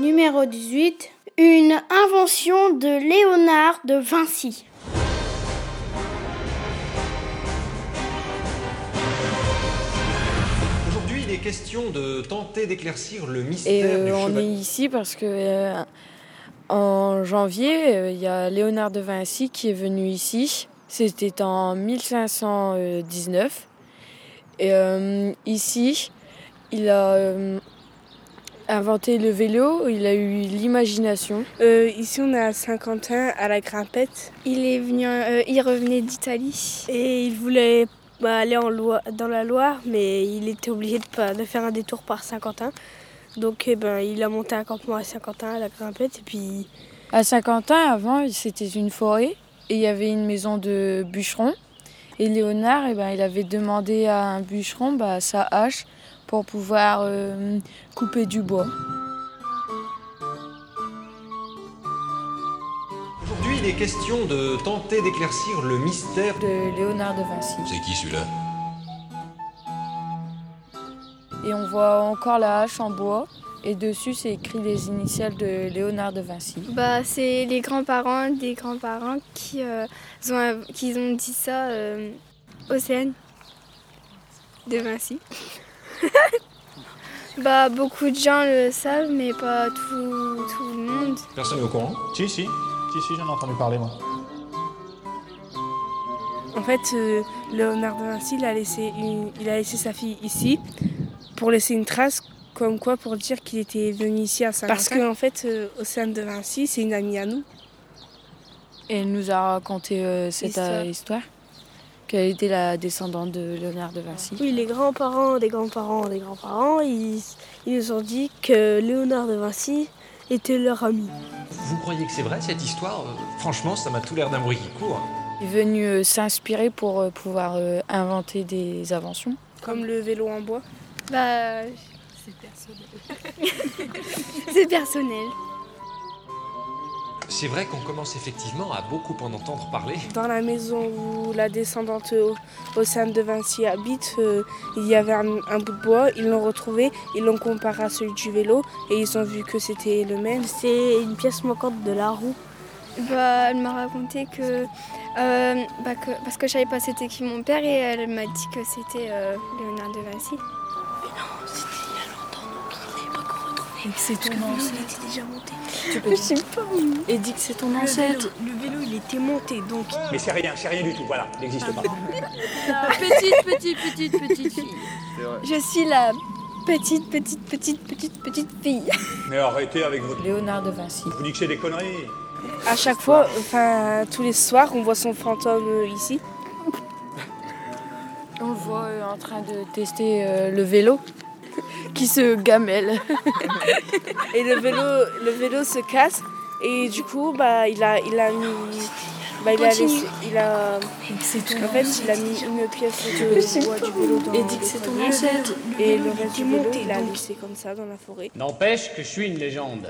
Numéro 18. Une invention de Léonard de Vinci. Aujourd'hui, il est question de tenter d'éclaircir le Et mystère euh, du on cheval. est ici parce que euh, en janvier, euh, il y a Léonard de Vinci qui est venu ici. C'était en 1519. Et euh, ici, il a euh, inventé le vélo, il a eu l'imagination. Euh, ici, on est à Saint-Quentin, à la Grimpette. Il est venu, euh, il revenait d'Italie. Et il voulait bah, aller en Loi- dans la Loire, mais il était obligé de, pas- de faire un détour par Saint-Quentin. Donc, eh ben, il a monté un campement à Saint-Quentin, à la Grimpette. Et puis, À Saint-Quentin, avant, c'était une forêt et il y avait une maison de bûcheron. Et Léonard, eh ben, il avait demandé à un bûcheron bah, sa hache pour pouvoir euh, couper du bois. Aujourd'hui, il est question de tenter d'éclaircir le mystère. de Léonard de Vinci. C'est qui celui-là Et on voit encore la hache en bois. Et dessus, c'est écrit les initiales de Léonard de Vinci. Bah, c'est les grands-parents des grands-parents qui, euh, ont, qui ont dit ça, euh, Océane de Vinci. bah, beaucoup de gens le savent, mais pas tout, tout le monde. Personne n'est au courant. Si, si, si, si, j'en ai entendu parler, moi. en fait, euh, Léonard de Vinci, il a, laissé une- il a laissé sa fille ici pour laisser une trace, comme quoi pour dire qu'il était venu ici à Saint-Quentin. Parce qu'en fait, euh, Océane de Vinci, c'est une amie à nous. Et elle nous a raconté euh, cette euh, Histoire. histoire, qu'elle était la descendante de Léonard de Vinci. Oui, les grands-parents des grands-parents des grands-parents, ils, ils nous ont dit que Léonard de Vinci était leur ami. Vous croyez que c'est vrai cette histoire Euh, Franchement, ça m'a tout l'air d'un bruit qui court. Il est venu euh, s'inspirer pour euh, pouvoir euh, inventer des inventions. Comme le vélo en bois. Bah, c'est personnel. c'est personnel. C'est vrai qu'on commence effectivement à beaucoup en entendre parler. Dans la maison où la descendante au- Océane de Vinci habite, euh, il y avait un, un bout de bois, ils l'ont retrouvé, ils l'ont comparé à celui du vélo et ils ont vu que c'était le même. C'est une pièce manquante de la roue. Bah, elle m'a raconté que, euh, bah, que- parce que je savais pas c'était qui mon père et elle m'a dit que c'était euh, Léonard de Vinci. C'est ton ancêtre. Tu peux dire. Et dit que c'est ton ancêtre. Mais c'est rien, c'est rien du tout, voilà, il n'existe pas. Petite, petite, petite, petite fille. Je suis la petite, petite, petite, petite, petite fille. Mais arrêtez avec votre... Léonard de Vinci. Vous dites que c'est des conneries À chaque fois, enfin tous les soirs, on voit son fantôme euh, ici. On le voit euh, en train de tester euh, le vélo qui se gamelle. Et le vélo, le vélo se casse et du coup bah il a il a mis bah, il a Continue. laissé- il a en fait il a mis une pièce de bois du vélo dans Et dit que c'est ton le ancêtre. et le reste du vélo il l'a laissé comme ça dans la forêt. N'empêche que je suis une légende.